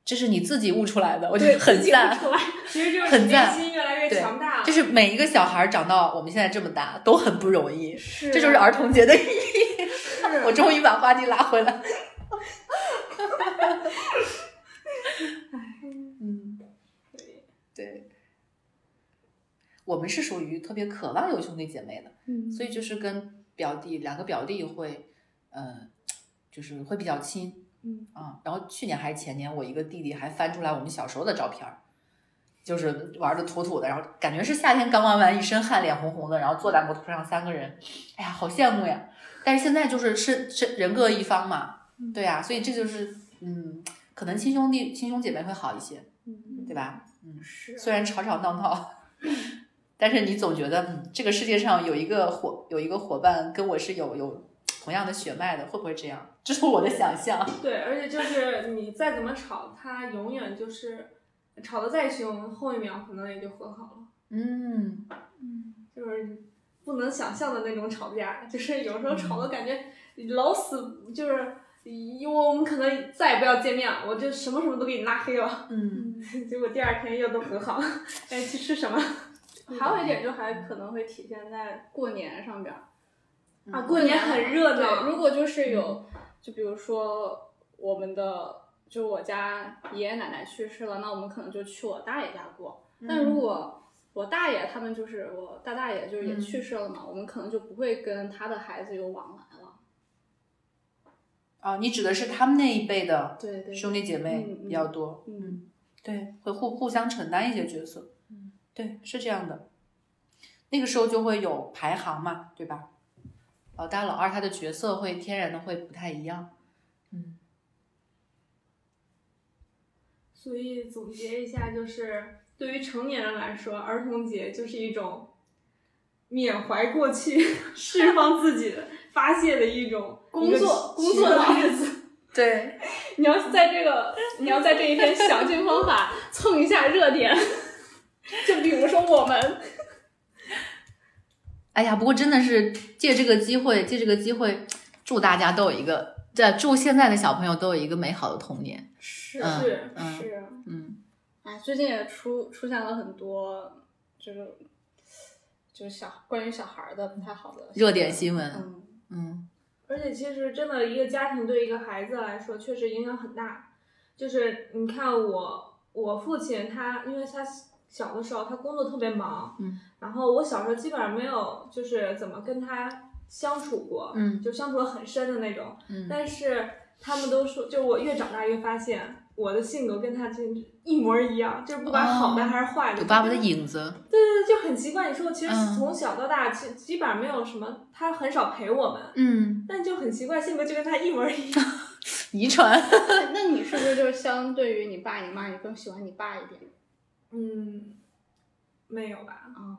Speaker 3: 这是你自己悟出来的，我觉
Speaker 1: 对，
Speaker 3: 得很
Speaker 1: 自己悟
Speaker 3: 赞。
Speaker 1: 出 来，
Speaker 2: 其实就是
Speaker 3: 很
Speaker 2: 你内
Speaker 3: 赞
Speaker 2: 心越来越
Speaker 3: 对
Speaker 2: 强大了
Speaker 3: 就。是每一个小孩长到我们现在这么大都很不容易，
Speaker 1: 是
Speaker 3: 这就是儿童节的意义。
Speaker 1: 是
Speaker 3: 我终于把话题拉回来。嗯，对，我们是属于特别渴望有兄弟姐妹的。
Speaker 1: 嗯
Speaker 3: 所以就是跟表弟两个表弟会，呃，就是会比较亲，
Speaker 1: 嗯
Speaker 3: 啊。然后去年还是前年，我一个弟弟还翻出来我们小时候的照片儿，就是玩的土土的，然后感觉是夏天刚玩完，一身汗，脸红红的，然后坐在摩托车上三个人，哎呀，好羡慕呀！但是现在就是是是人各一方嘛，对呀、所以这就是嗯，可能亲兄弟亲兄姐妹会好一些，
Speaker 1: 嗯
Speaker 3: 对吧？嗯，
Speaker 1: 是
Speaker 3: 虽然吵吵闹闹，但是你总觉得，嗯，这个世界上有一个伙有一个伙伴跟我是有有同样的血脉的，会不会这样？这是我的想象。
Speaker 2: 对，而且就是你再怎么吵，他永远就是吵得再凶，后一秒可能也就和好了，
Speaker 3: 嗯，
Speaker 2: 就是不能想象的那种吵架，就是有时
Speaker 3: 嗯
Speaker 2: 候吵的感觉老死，就是因为我们可能再也不要见面，我就什么什么都给你拉黑了，
Speaker 3: 嗯，
Speaker 2: 结果第二天又都和好了， 哎，去吃什么？
Speaker 1: 还有一点就还可能会体现在过年上边儿
Speaker 2: 啊，过年很热
Speaker 1: 对，
Speaker 2: 闹，
Speaker 1: 如果就是有，就比如说我们的，就我家爷爷奶奶去世了，那我们可能就去我大爷家过。但如果我大爷他们就是我大大爷就是也去世了嘛，我们可能就不会跟他的孩子有往来了。
Speaker 3: 啊，你指的是他们那一辈的
Speaker 1: 对对对
Speaker 3: 兄弟姐妹
Speaker 1: 嗯嗯
Speaker 3: 比较多，
Speaker 1: 嗯，
Speaker 3: 对，会互互相承担一些角色，嗯，对，是这样的。那个时候就会有排行嘛，对吧？老大、老二他的角色会天然的会不太一样，嗯
Speaker 2: 所以总结一下，就是对于成年人来说，儿童节就是一种缅怀过去、释放自己的、发泄的一种
Speaker 1: 工
Speaker 2: 一个
Speaker 1: 作
Speaker 2: 渠
Speaker 1: 工作的
Speaker 2: 道
Speaker 1: 日子，
Speaker 3: 对，
Speaker 1: 你要在这个你要在这一天想尽方法蹭一下热点。 就比如说我们，
Speaker 3: 哎呀，不过真的是借这个机会，借这个机会，祝大家都有一个，这祝现在的小朋友都有一个美好的童年。
Speaker 1: 是
Speaker 3: 嗯
Speaker 2: 是
Speaker 3: 嗯
Speaker 1: 是，
Speaker 3: 嗯，
Speaker 1: 哎，最近也出出现了很多，就是就是小关于小孩儿的不太好的
Speaker 3: 热点新闻，
Speaker 1: 嗯，
Speaker 3: 嗯
Speaker 2: 而且其实真的，一个家庭对一个孩子来说，确实影响很大。就是你看我，我父亲他，因为他小的时候他工作特别忙，
Speaker 3: 嗯，
Speaker 2: 然后我小时候基本上没有就是怎么跟他相处过，
Speaker 3: 嗯
Speaker 2: 就相处得很深的那种。
Speaker 3: 嗯，
Speaker 2: 但是他们都说，就是我越长大越发现，我的性格跟他真是一模一样，就是不管好的还是坏的，
Speaker 3: 哦有爸爸的影子，
Speaker 2: 对对对，就很奇怪。你说，其实
Speaker 3: 嗯
Speaker 2: 从小到大，基、基本上没有什么，他很少陪我们，
Speaker 3: 嗯，
Speaker 2: 但就很奇怪，性格就跟他一模一 样。
Speaker 3: 遗传。
Speaker 1: 那那你是不是就是相对于你爸你妈，你更喜欢你爸一点？
Speaker 2: 嗯，没有吧？
Speaker 1: 哦，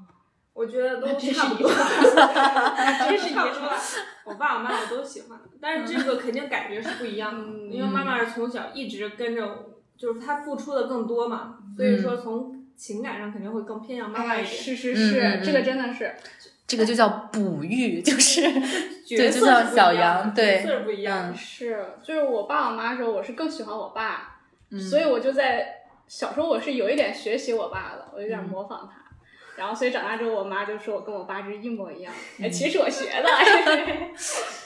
Speaker 2: 我觉得都
Speaker 1: 真是
Speaker 2: 差不多，
Speaker 1: 遗
Speaker 2: 真
Speaker 1: 真是遗
Speaker 2: 差
Speaker 1: 憾
Speaker 2: 不多。我爸我妈我都喜欢，但是这个肯定感觉是不一样的，
Speaker 1: 嗯
Speaker 2: 因为妈妈是从小一直跟着我，就是她付出的更多嘛，所以
Speaker 3: 嗯
Speaker 2: 说从情感上肯定会更偏向妈妈
Speaker 1: 嗯哎，
Speaker 2: 一点。
Speaker 1: 是是是，
Speaker 3: 嗯嗯嗯
Speaker 1: 这个真的是，
Speaker 3: 这个就叫哺育，就是
Speaker 2: 角
Speaker 3: 对就
Speaker 2: 色
Speaker 3: 像
Speaker 2: 是不
Speaker 3: 小
Speaker 2: 一样
Speaker 3: 羊
Speaker 2: 的
Speaker 3: 对嗯
Speaker 2: 角色是不一样的。
Speaker 1: 是就是我爸我妈的时候，我是更喜欢我爸，
Speaker 3: 嗯
Speaker 1: 所以我就在小时候我是有一点学习我爸的，我有点
Speaker 3: 嗯
Speaker 1: 模仿他。然后，所以长大之后，我妈就说我跟我爸是一模一样。
Speaker 3: 嗯
Speaker 1: 哎，其实我学的， 哎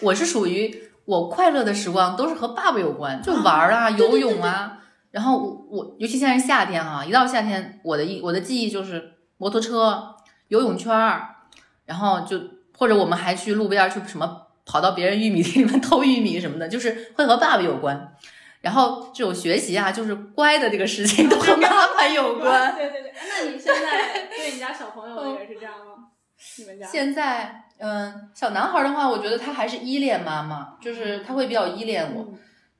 Speaker 3: 我是属于我快乐的时光都是和爸爸有关，就玩儿啊、游泳啊。然后我我尤其现在是夏天哈、一到夏天，我的一我的记忆就是摩托车、游泳圈儿，然后就或者我们还去路边儿去什么跑到别人玉米地里面偷玉米什么的，就是会和爸爸有关。然后这种学习啊，就是乖的这个事情都和妈妈有 关。
Speaker 1: 对对对。哎那你现在对你家小朋友也是这样吗？ 你们家？
Speaker 3: 现在，嗯、小男孩儿的话，我觉得他还是依恋妈妈，就是他会比较依恋我。
Speaker 1: 嗯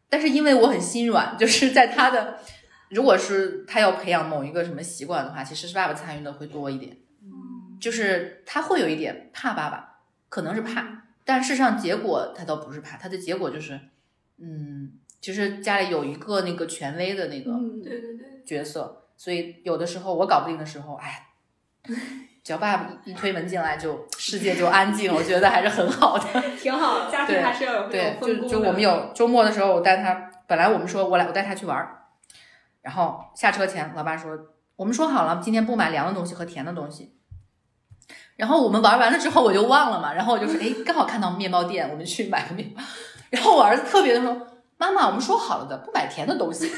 Speaker 3: 但是因为我很心软，就是在他的，如果是他要培养某一个什么习惯的话，其实是爸爸参与的会多一点。
Speaker 1: 嗯
Speaker 3: 就是他会有一点怕爸爸，可能是怕，但事实上结果他倒不是怕，他的结果就是，嗯，其实家里有一个那个权威的那个
Speaker 1: 嗯，
Speaker 2: 对对对，
Speaker 3: 角色，所以有的时候我搞不定的时候，哎，只要爸爸一一推门进来就，世界就安静，我觉得还是很好的。
Speaker 1: 挺好的。
Speaker 2: 家庭
Speaker 3: 对
Speaker 2: 还是要有这
Speaker 3: 对
Speaker 2: 种，分
Speaker 3: 就
Speaker 2: 工
Speaker 3: 就我们有周末的时候，我带他，本来我们说我来我带他去玩儿，然后下车前，老爸说我们说好了，今天不买凉的东西和甜的东西。然后我们玩完了之后我就忘了嘛，然后我就说，哎，刚好看到面包店，我们去买个面包。然后我儿子特别的说，妈妈，我们说好了的，不买甜的东西。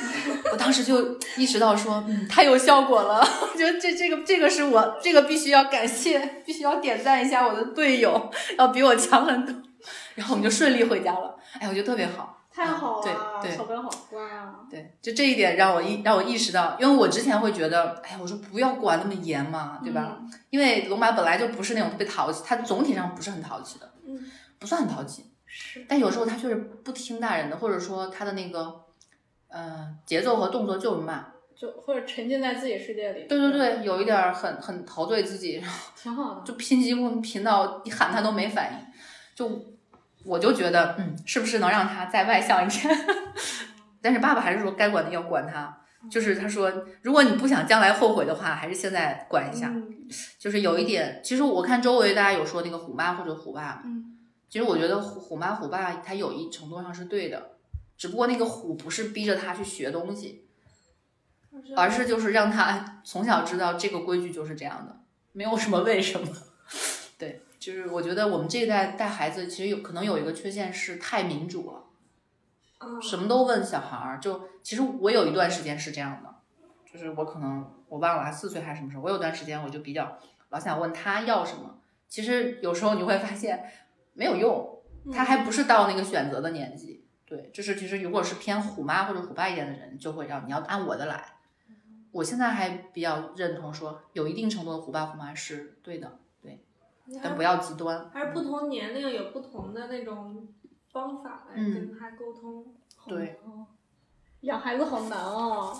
Speaker 3: 我当时就意识到说，嗯，太有效果了， 我觉得这这个这个是我这个必须要感谢，必须要点赞一下我的队友，要比我强很多。然后我们就顺利回家了，哎，我觉得特别好，
Speaker 1: 太好
Speaker 3: 嗯
Speaker 1: 了，
Speaker 3: 对对
Speaker 1: 小朋友好乖啊。
Speaker 3: 对，就这一点让我意让我意识到，因为我之前会觉得，哎呀，我说不要管那么严嘛，对
Speaker 1: 嗯
Speaker 3: 吧？因为龙马本来就不是那种特别淘气，他总体上不是很淘气的，
Speaker 2: 嗯，
Speaker 3: 不算很淘气，
Speaker 1: 是，
Speaker 3: 但有时候他确实不听大人的，或者说他的那个，呃，节奏和动作就是慢，
Speaker 1: 就或者沉浸在自己世界里。
Speaker 3: 对对，对，有一点儿很很陶醉自己，然后
Speaker 1: 挺好的。
Speaker 3: 就拼几乎拼到你喊他都没反应，就我就觉得，嗯，是不是能让他再外向一点？ 但是爸爸还是说该管的要管他，就是他说，如果你不想将来后悔的话，还是现在管一下。
Speaker 1: 嗯
Speaker 3: 就是有一点，其实我看周围大家有说那个虎妈或者虎爸，
Speaker 1: 嗯，
Speaker 3: 其实我觉得虎虎妈虎爸他有一程度上是对的，只不过那个虎不是逼着他去学东西，而是就是让他 从小知道这个规矩就是这样的，没有什么为什么。 对，就是我觉得我们这一代带孩子，其实有可能有一个缺陷是太民主了，
Speaker 2: 嗯
Speaker 3: 什么都问小孩儿。就其实我有一段时间是这样的，就是我可能我忘了啊四岁还是什么时候，我有段时间我就比较老想问他要什么。其实有时候你会发现没有用，他还不是到那个选择的年纪。对，就是其实如果是偏虎妈或者虎爸一点的人，就会让你要按我的来。我现在还比较认同说，有一定程度的虎爸虎妈是对的，但不要极端。
Speaker 2: 还是不同年龄有不同的那种方法来
Speaker 3: 嗯
Speaker 2: 跟他沟通。
Speaker 3: 对
Speaker 1: 养孩子好难哦。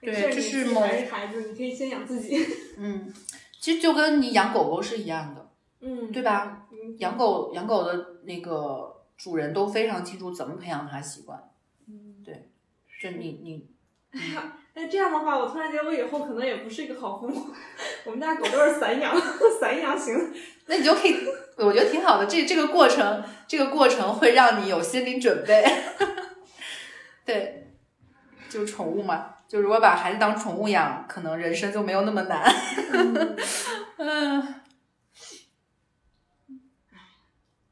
Speaker 2: 没
Speaker 3: 对
Speaker 2: 事儿
Speaker 3: 这
Speaker 2: 你
Speaker 3: 是
Speaker 2: 自己
Speaker 3: 某
Speaker 2: 还是孩子，你可以先养自己。
Speaker 3: 嗯，其实就跟你养狗狗是一样的，
Speaker 2: 嗯，
Speaker 3: 对吧？
Speaker 2: 嗯？
Speaker 3: 养狗养狗的那个主人都非常清楚怎么培养它习惯。
Speaker 1: 嗯，
Speaker 3: 就你你
Speaker 2: 那这样的话，我突然觉得我以后可能也不是一个好父母。 我们家狗都是散养， 散养型。
Speaker 3: 那你就可以，我觉得挺好的。这这个过程，这个过程会让你有心理准备。 对，就宠物嘛，就如果把孩子当宠物养，可能人生就没有那么难。嗯，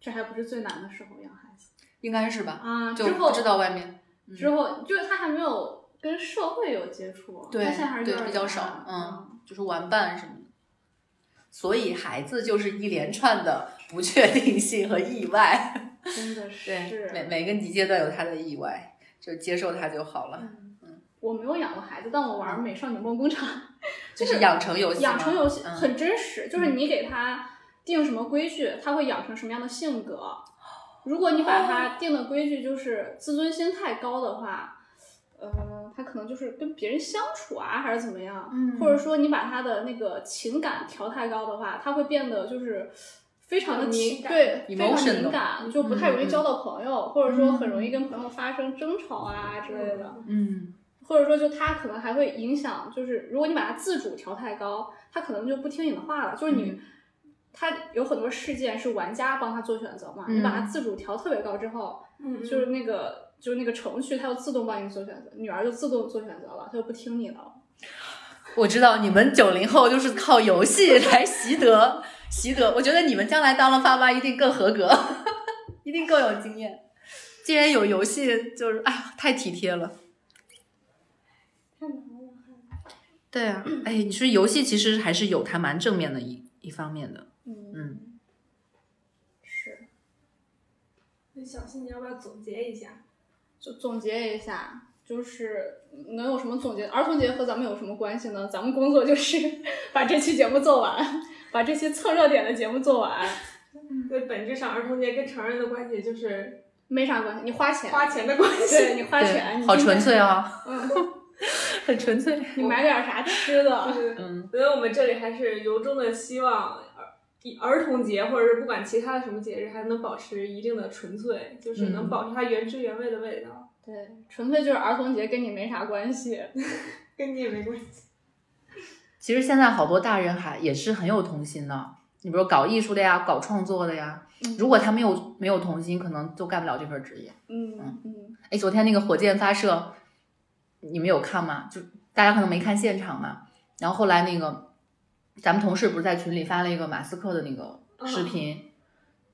Speaker 1: 这还不是最难的时候养孩子
Speaker 3: 应该是吧？
Speaker 1: 啊。
Speaker 3: 就
Speaker 1: 之
Speaker 3: 不
Speaker 1: 后
Speaker 3: 知道外面。嗯
Speaker 1: 之后就是他还没有跟社会有接触，啊
Speaker 3: 对
Speaker 1: 他现在还是
Speaker 3: 对
Speaker 1: 幼儿园
Speaker 3: 比较少嗯，就是玩伴什么的。所以孩子就是一连串的不确定性和意外。
Speaker 1: 嗯 真的是。
Speaker 3: 每每个年级阶段有他的意外，就接受它就好了。
Speaker 1: 嗯我没有养过孩子，但我
Speaker 3: 嗯
Speaker 1: 玩《美少女梦工厂》
Speaker 3: 就
Speaker 1: 就是
Speaker 3: 养成游戏嘛，
Speaker 1: 养成游戏
Speaker 3: 嗯
Speaker 1: 很真实，就是你给他定什么规矩，他会养成什么样的性
Speaker 3: 哦
Speaker 1: 格。如果你把他定的规矩就是自尊心太高的话，呃，他可能就是跟别人相处啊，还是怎么样，
Speaker 4: 嗯
Speaker 1: 或者说你把他的那个情感调太高的话，他会变得就是非常的
Speaker 2: 很
Speaker 1: 体
Speaker 2: 敏感嗯
Speaker 1: 对，非常
Speaker 3: Emotional
Speaker 1: 敏感，就不太容易交到朋友，或者说很容易跟朋友发生争吵啊之类的。
Speaker 3: 嗯，
Speaker 1: 或者说，就他可能还会影响，就是如果你把他自主调太高，他可能就不听你的话了。就是你，
Speaker 2: 嗯
Speaker 1: 他有很多事件是玩家帮他做选择嘛，
Speaker 3: 嗯
Speaker 1: 你把他自主调特别高之后，
Speaker 2: 嗯，嗯
Speaker 1: 就是那个就是那个程序，它就自动帮你做选择，女儿就自动做选择了，她就不听你了。
Speaker 3: 我知道你们九零后就是靠游戏来习得习得，我觉得你们将来当了爸妈一定更合格， 一定更有经验。既然有游戏，就是哎呀，太体贴了。
Speaker 4: 太难了，
Speaker 3: 对啊，哎，你说游戏其实还是有它蛮正面的一一方面的。
Speaker 1: 嗯
Speaker 3: 嗯，
Speaker 1: 是。
Speaker 2: 那小新，你要不要总结一下？
Speaker 1: 就总结一下，就是能有什么总结？儿童节和咱们有什么关系呢？咱们工作就是 把这期节目做完，把这些蹭热点的节目做完，
Speaker 2: 嗯对，本质上儿童节跟成人的关系就是
Speaker 1: 没啥关系。你花钱，
Speaker 2: 花钱的关
Speaker 1: 对
Speaker 2: 系。
Speaker 1: 你花钱，
Speaker 3: 对，
Speaker 1: 你
Speaker 3: 好
Speaker 1: 今天
Speaker 3: 纯粹，啊，
Speaker 1: 嗯，
Speaker 3: 很纯粹。
Speaker 1: 你买点啥吃 的？
Speaker 2: 对
Speaker 3: 嗯，
Speaker 2: 所以我们这里还是由衷的希望儿儿童节，或者是不管其他的什么节日，还能保持一定的纯粹，就是能
Speaker 3: 嗯
Speaker 2: 保持它原汁原味的味道，
Speaker 1: 对，纯粹就是儿童节跟你没啥关系。
Speaker 2: 跟你也没关系。
Speaker 3: 其实现在好多大人还也是很有童心的，你比如搞艺术的呀，搞创作的呀，如果他没有没有童心，可能就干不了这份职业。
Speaker 1: 嗯嗯，
Speaker 3: 哎，昨天那个火箭发射，你们有看吗？就大家可能没看现场嘛。然后后来那个，咱们同事不是在群里发了一个马斯克的那个
Speaker 1: 嗯
Speaker 3: 视频，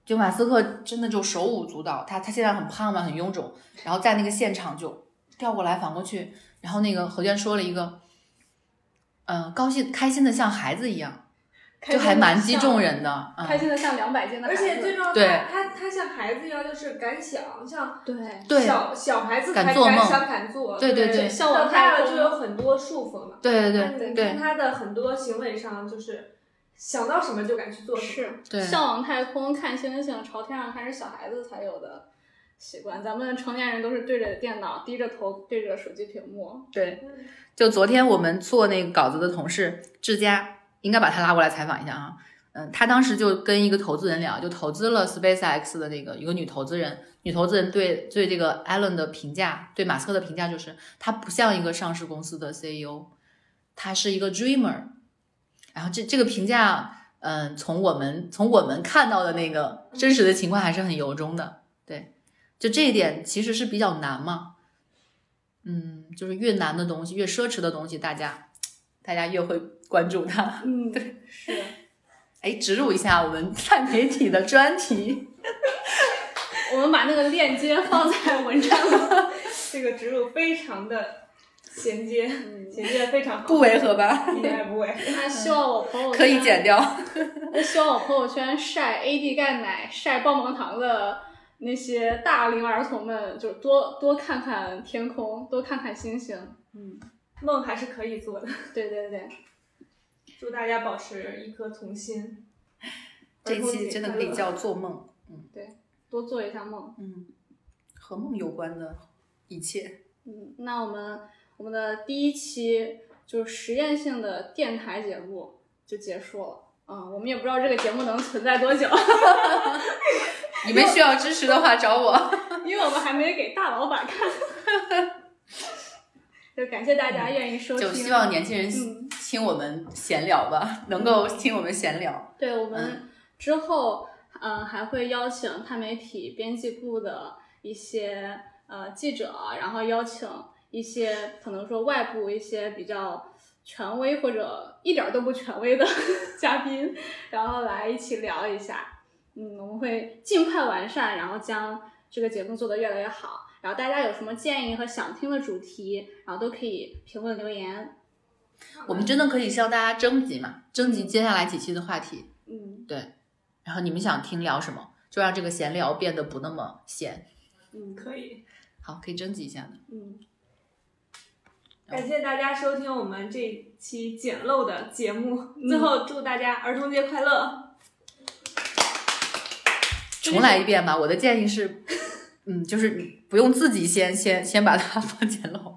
Speaker 3: 就马斯克真的就手舞足蹈，他他现在很胖嘛，很臃肿，然后在那个现场就调过来反过去，然后那个何娟说了一个，嗯、高兴开心的像孩子一样，就还蛮击中人的，
Speaker 1: 开
Speaker 3: 嗯，
Speaker 1: 心的像两百斤的孩
Speaker 2: 而
Speaker 1: 子，
Speaker 2: 且最重要，
Speaker 3: 对
Speaker 2: 他他他像孩子一样，就是敢想，像
Speaker 1: 对
Speaker 3: 对
Speaker 2: 小小孩子才
Speaker 3: 敢
Speaker 2: 敢
Speaker 3: 做梦
Speaker 2: 想敢做，
Speaker 3: 对对对
Speaker 1: 向
Speaker 2: 到
Speaker 1: 往
Speaker 2: 大
Speaker 1: 太
Speaker 2: 了
Speaker 1: 空
Speaker 2: 就有很多束缚嘛。
Speaker 3: 对
Speaker 2: 那
Speaker 1: 嗯
Speaker 3: 对对
Speaker 2: 你
Speaker 3: 对
Speaker 2: 看他的很多行为上，就是想到什么就敢去做什么。
Speaker 1: 是
Speaker 3: 对
Speaker 1: 向往太空、看星星、朝天上看是小孩子才有的习惯，咱们成年人都是对着电脑、低着头、对着手机屏幕。
Speaker 3: 对，
Speaker 2: 嗯
Speaker 3: 就昨天我们做那个稿子的同事志佳，应该把他拉过来采访一下啊。嗯，他当时就跟一个投资人聊，就投资了 SpaceX 的那个一个女投资人，女投资人对对这个 Elon 的评价，对马斯克的评价就是，他不像一个上市公司的 CEO，他是一个 dreamer。然后这这个评价，嗯，从我们从我们看到的那个真实的情况还是很由衷的。对，就这一点其实是比较难嘛。嗯，就是越难的东西，越奢侈的东西，大家大家越会关注它。
Speaker 1: 嗯，对，是。
Speaker 3: 哎，植入一下我们泛媒体的专题，
Speaker 1: 我们把那个链接放在文章里。
Speaker 2: 这个植入非常的衔接，衔接得非常好，
Speaker 3: 不违和吧？
Speaker 2: 一点也不违和。
Speaker 1: 他希望我朋友圈
Speaker 3: 可以剪，掉。
Speaker 1: 他希望我朋友圈晒 AD 钙奶、晒棒棒糖的那些大龄儿童们，就多多看看天空，多看看星星。
Speaker 2: 梦还是可以做的，
Speaker 1: 对对对，
Speaker 2: 祝大家保持一颗童心。
Speaker 3: 这期真的可以
Speaker 2: 交。
Speaker 3: 叫做梦，
Speaker 1: 多做一下梦。
Speaker 3: 嗯，和梦有关的一切。
Speaker 1: 嗯，那我们我们的第一期就是实验性的电台节目就结束了。嗯，我们也不知道这个节目能存在多久，
Speaker 3: 你们需要支持的话找我。
Speaker 1: 因为我们还没给大老板看。 就感谢大家愿意收听，
Speaker 3: 嗯就希望年轻人
Speaker 1: 嗯
Speaker 3: 听我们闲聊吧，能够听我们闲聊。
Speaker 1: 对我们之后，嗯、还会邀请碳媒体编辑部的一些呃记者，然后邀请一些可能说外部一些比较权威或者一点儿都不权威的 嘉宾，然后来一起聊一下。嗯，我们会尽快完善，然后将这个节目做得越来越好。然后大家有什么建议和想听的主题，然后都可以评论留言。
Speaker 3: 我们真的可以向大家征集嘛，征集接下来几期的话题。
Speaker 1: 嗯
Speaker 3: 对，然后你们想听聊什么，就让这个闲聊变得不那么闲。
Speaker 1: 嗯
Speaker 2: 可以，
Speaker 3: 好，可以征集一下的。
Speaker 1: 嗯，
Speaker 3: 哦
Speaker 2: 感谢大家收听我们这一期简陋的节目。最
Speaker 3: 嗯
Speaker 2: 后祝大家儿童节快乐！
Speaker 3: 重来一遍吧，我的建议是，嗯，就是不用自己先先先把它放简陋，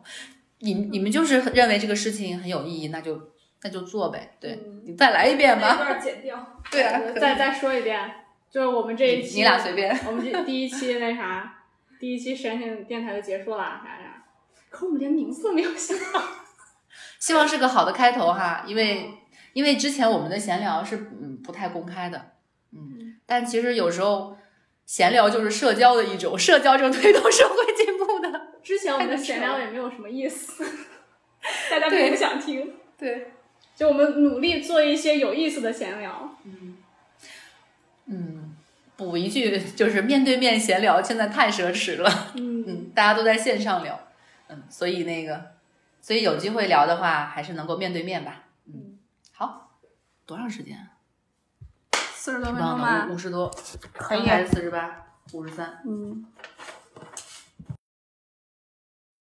Speaker 3: 你你们就是认为这个事情很有意义，那就那就做呗。对、你再来一遍
Speaker 2: 那一
Speaker 3: 吧。
Speaker 2: 段剪掉。
Speaker 3: 嗯 对啊，可以
Speaker 1: 再再说一遍，就是我们这一期，
Speaker 3: 你俩随便。
Speaker 1: 我们这第一期那啥，第一期神仙电台就结束了，啥啥。可我们连名字没有想好，
Speaker 3: 希望是个好的开头哈，因为因为之前我们的闲聊是嗯不太公开的，嗯，但其实有时候闲聊就是社交的一种，社交就是推动社会进步的。
Speaker 1: 之前我们的
Speaker 3: 太难
Speaker 1: 闲
Speaker 3: 受了
Speaker 1: 聊也没有什么意思， 大家并不
Speaker 3: 对
Speaker 1: 想听，
Speaker 3: 对，
Speaker 1: 就我们努力做一些有意思的闲聊。
Speaker 3: 嗯，补一句就是面对面闲聊现在太奢侈了，
Speaker 1: 嗯，
Speaker 3: 嗯，大家都在线上聊，嗯，所以那个，所以有机会聊的话，还是能够面对面吧，嗯，好，多长时间啊？
Speaker 1: 四十多
Speaker 3: 忘了，五？十多，
Speaker 1: 啊可以
Speaker 3: 刚才四十八，五十三，
Speaker 1: 嗯，